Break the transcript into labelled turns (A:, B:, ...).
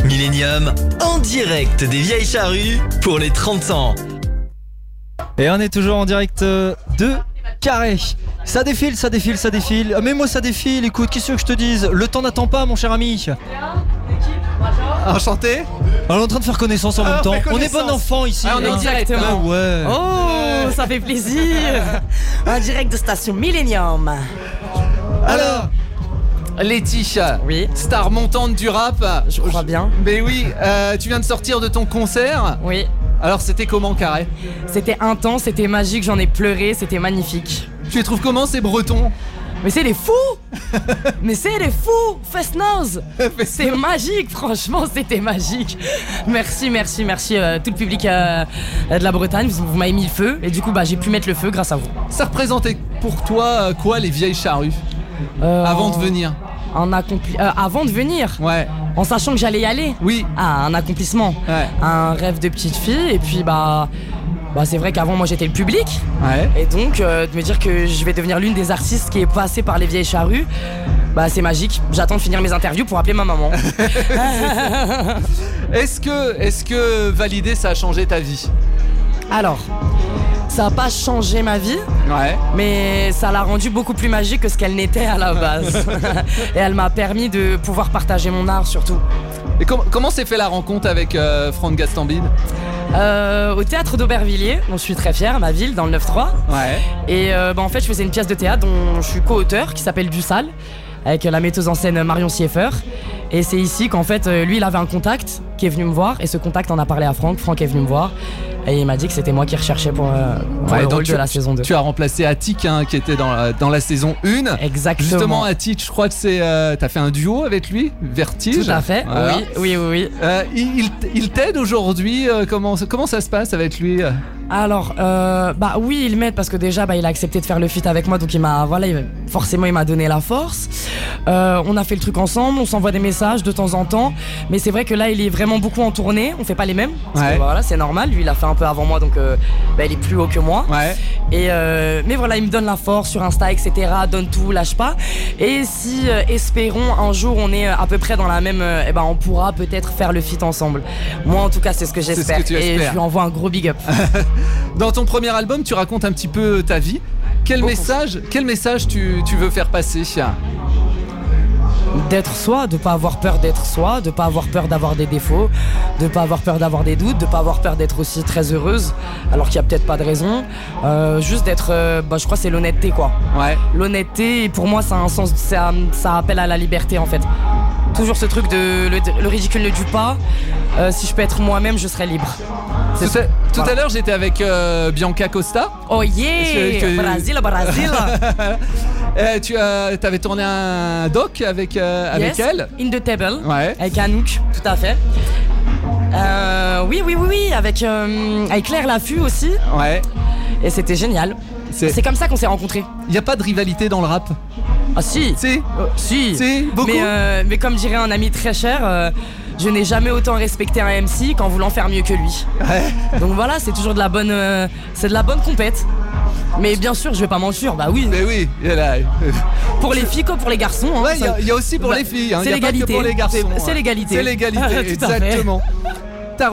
A: Premium en direct des vieilles charrues pour les 30 ans.
B: Et on est toujours en direct euh, de Carré. Ça défile, ça défile, ça défile. Ah, Mais moi ça défile, écoute, qu'est-ce que je te dise Le temps n'attend pas mon cher ami. Ah,
C: Enchanté
B: On est en train de faire connaissance en
C: Ah,
B: même
C: on
B: temps.
C: fait
B: On est
C: connaissance.
B: bon enfant ici.
D: Ah, on est
B: hein. Ah
D: directement.
B: ouais.
D: Oh, ça fait plaisir.
E: En direct de Station Millennium.
C: Alors Laetitia,
E: Oui,
C: star montante du rap.
E: je crois bien.
C: Mais oui, euh, tu viens de sortir de ton concert.
E: Oui.
C: Alors c'était comment carré
E: C'était intense, c'était magique, j'en ai pleuré, c'était magnifique.
C: Tu les trouves comment ces bretons
E: Mais c'est les fous Mais c'est les fous Festnose C'est magique, franchement, c'était magique. Merci, merci, merci euh, tout le public euh, de la Bretagne, vous, vous m'avez mis le feu et du coup bah, j'ai pu mettre le feu grâce à vous.
C: Ça représentait pour toi euh, quoi les vieilles charrues
E: Euh,
C: avant
E: en-
C: de venir
E: en accompli- euh, avant de venir,
C: Ouais,
E: en sachant que j'allais y aller.
C: oui,
E: Ah, un accomplissement.
C: ouais,
E: un rêve de petite fille et puis bah, bah c'est vrai qu'avant moi j'étais le public
C: ouais.
E: et donc euh, de me dire que je vais devenir l'une des artistes qui est passée par les vieilles charrues bah c'est magique j'attends de finir mes interviews pour appeler ma maman
C: Est-ce que, est-ce que valider ça a changé ta vie
E: alors ça n'a pas changé ma vie
C: Ouais.
E: mais ça l'a rendue beaucoup plus magique que ce qu'elle n'était à la base et elle m'a permis de pouvoir partager mon art surtout
C: Et com- comment s'est fait la rencontre avec euh, Franck Gastambide
E: Euh, au théâtre d'Aubervilliers dont je suis très fière ma ville dans le 9-3
C: Ouais.
E: Et euh, bah, en fait, je faisais une pièce de théâtre dont je suis co-auteur qui s'appelle Du Sale, avec la metteuse en scène Marion Sieffer. Et c'est ici qu'en fait, euh, lui, il avait un contact qui est venu me voir. Et ce contact en a parlé à Franck. Franck est venu me voir. Et il m'a dit que c'était moi qui recherchais pour, euh, pour
C: Ouais,
E: le
C: donc
E: rôle
C: tu-
E: de la saison 2.
C: Tu as remplacé Attic hein, qui était dans la, dans la saison 1.
E: Exactement.
C: Justement, Attic, je crois que c'est. euh, T'as fait un duo avec lui Vertige
E: Tout à fait.
C: Voilà.
E: Oui, oui, oui, oui.
C: Euh, il il- il t'aide aujourd'hui euh, comment, comment ça se passe avec lui euh
E: Alors, euh, bah oui, il m'aide parce que déjà, bah, il a accepté de faire le feat avec moi, donc il m'a, voilà, il- forcément, il m'a donné la force. Euh, on a fait le truc ensemble, on s'envoie des messages de temps en temps, mais c'est vrai que là, il est vraiment beaucoup en tournée. On fait pas les mêmes, parce que,
C: Ouais.
E: bah, voilà, c'est normal. Lui, il a fait un peu avant moi, donc euh, bah, il est plus haut que moi.
C: Ouais.
E: Et euh, mais voilà, il me donne la force sur Insta, etc. Donne tout, lâche pas. Et si, euh, espérons, un jour on est euh, à peu près dans la même, euh, eh ben on pourra peut-être faire le feat ensemble. Moi, en tout cas, c'est ce que
C: ce que
E: j'espère.
C: tu
E: Et
C: espères.
E: je lui envoie un gros big up.
C: Dans ton premier album, tu racontes un petit peu euh, ta vie. Quel
E: Beaucoup.
C: message, quel message tu, tu veux faire passer
E: d'être soi, de pas avoir peur d'être soi, de pas avoir peur d'avoir des défauts, de pas avoir peur d'avoir des doutes, de pas avoir peur d'être aussi très heureuse alors qu'il y a peut-être pas de raison, Euh, juste d'être euh, bah, je crois que c'est l'honnêteté quoi.
C: Ouais.
E: L'honnêteté pour moi ça a un sens ça, ça appelle à la liberté en fait. Toujours ce truc de le, le ridicule ne tue pas. Euh, si je peux être moi-même, je serai libre.
C: Tout,
E: C'est-
C: à- tout à
E: voilà.
C: l'heure, j'étais avec euh, Bianca Costa.
E: Oh
C: Est-ce
E: yeah
C: que-
E: Brésil, Brésil
C: Euh, tu avais tourné un doc avec, euh, avec
E: Yes,
C: elle.
E: In the table.
C: Ouais.
E: Avec Anouk, tout à fait. Euh, oui, oui, oui, oui, avec, euh, avec Claire Laffut aussi.
C: Ouais.
E: Et c'était génial.
C: C'est-
E: C'est comme ça qu'on s'est rencontrés.
C: Il n'y a pas de rivalité dans le rap.
E: Ah si
C: Si
E: Euh, Si
C: Si Beaucoup
E: mais, euh, mais comme dirait un ami très cher, euh, je n'ai jamais autant respecté un MC qu'en voulant faire mieux que lui. Donc voilà, c'est toujours de la bonne, euh, c'est de la bonne compète. Mais bien sûr, je vais pas mentir, bah oui.
C: Mais oui, il y a euh, la-
E: Pour les filles comme pour les garçons. hein,
C: Ouais, il y,
E: ça-
C: a- il y a aussi pour
E: Bah,
C: les filles. hein.
E: c'est
C: Il y a pas que
E: l'égalité.
C: pour les garçons.
E: C'est- c'est
C: hein.
E: l'égalité. Ah,
C: C'est l'égalité,
E: Tout à fait.
C: exactement.